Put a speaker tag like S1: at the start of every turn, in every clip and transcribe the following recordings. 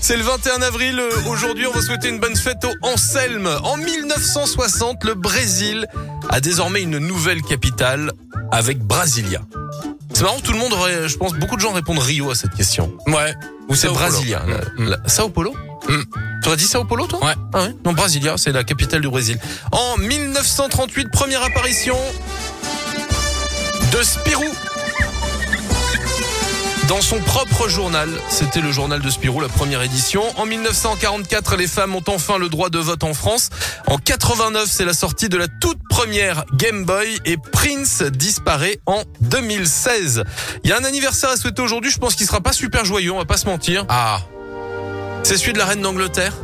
S1: C'est le 21 avril. euh, Aujourd'hui, on va souhaiter une bonne fête au Anselme. En 1960, le Brésil a désormais une nouvelle capitale avec Brasilia. C'est marrant, tout le monde aurait, je pense, beaucoup de gens répondent Rio à cette question.
S2: Ouais.
S1: Ou c'est
S2: Sao Paulo.
S1: Brasilia.
S2: Mm.
S1: la- la- Sao Paulo
S2: Mm.
S1: Tu aurais dit Sao Paulo, toi
S2: Ouais.
S1: Ah ouais Non, Brasilia, c'est la capitale du Brésil. En 1938, première apparition de Spirou. Dans son propre journal, c'était le journal de Spirou, la première édition. En 1944, les femmes ont enfin le droit de vote en France. En 89, c'est la sortie de la toute première Game Boy et Prince disparaît en 2016. Il y a un anniversaire à souhaiter aujourd'hui, je pense qu'il sera pas super joyeux, on va pas se mentir.
S2: Ah.
S1: C'est celui de la reine d'Angleterre.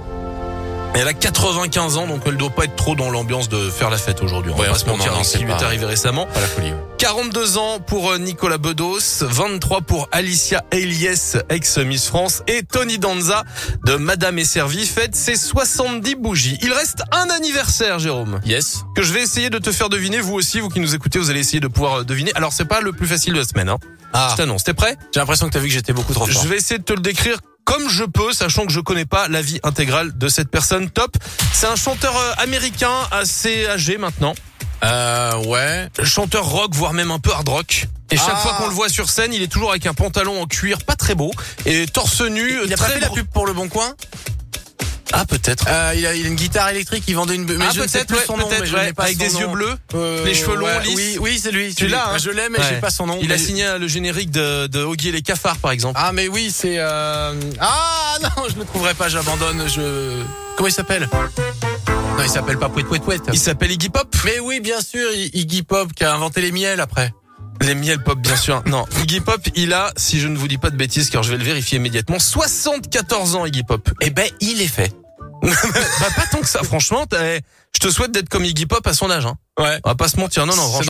S1: Elle a 95 ans, donc elle doit pas être trop dans l'ambiance de faire la fête aujourd'hui. On
S2: Ouais,
S1: va pas se
S2: non,
S1: mentir
S2: non,
S1: avec ce
S2: c'est
S1: qui lui est
S2: pas-
S1: arrivé récemment.
S2: Pas la folie.
S1: 42 ans pour euh, Nicolas Bedos, 23 pour Alicia Eliès, ex-Miss France, et Tony Danza de Madame et Servie fête ses 70 bougies. Il reste un anniversaire, Jérôme,
S2: Yes.
S1: que je vais essayer de te faire deviner, vous aussi, vous qui nous écoutez, vous allez essayer de pouvoir euh, deviner. Alors, c'est pas le plus facile de la semaine, hein.
S2: Ah.
S1: Je t'annonce, t'es prêt?
S2: J'ai l'impression que t'as vu que j'étais beaucoup trop fort.
S1: Je vais essayer de te le décrire comme je peux, sachant que je connais pas la vie intégrale de cette personne. Top. C'est un chanteur euh, américain assez âgé maintenant.
S2: Euh, ouais.
S1: Chanteur rock, voire même un peu hard rock. Et chaque
S2: Ah.
S1: fois qu'on le voit sur scène, il est toujours avec un pantalon en cuir pas très beau et torse nu.
S2: Il a
S1: très
S2: pas fait la
S1: bro-
S2: pub pour le Bon Coin
S1: Ah peut-être.
S2: euh, il, a, il a une guitare électrique, il vendait une... Mais
S1: ah
S2: je ne sais
S1: peut-être.
S2: plus
S1: ouais,
S2: son nom, mais
S1: peut-être.
S2: je
S1: ouais,
S2: n'ai pas
S1: avec
S2: son
S1: des yeux
S2: nom.
S1: bleus.
S2: Euh,
S1: les cheveux longs,
S2: ouais,
S1: lisses.
S2: Oui, oui c'est lui.
S1: Tu l'as, hein
S2: Je l'ai, mais
S1: Ouais.
S2: j'ai pas son nom.
S1: Il a
S2: Mais-
S1: signé le générique de, de Oggy et les cafards par exemple.
S2: Ah mais oui, c'est... Euh... Ah non, je ne trouverai pas, j'abandonne, je... Comment il s'appelle Non, il s'appelle pas Pouet Pouet Pouet.
S1: Il s'appelle Iggy Pop.
S2: Mais oui, bien sûr, I- Iggy Pop qui a inventé les miels après.
S1: Les miel pop, bien sûr. Non, Iggy Pop, il a, si je ne vous dis pas de bêtises, car je vais le vérifier immédiatement, 74 ans, Iggy Pop.
S2: Eh ben, il est fait.
S1: bah, pas tant que ça, franchement. t'as- Je te souhaite d'être comme Iggy Pop à son âge. Hein.
S2: Ouais.
S1: On va pas se mentir. Non, non,
S2: C'est
S1: franchement.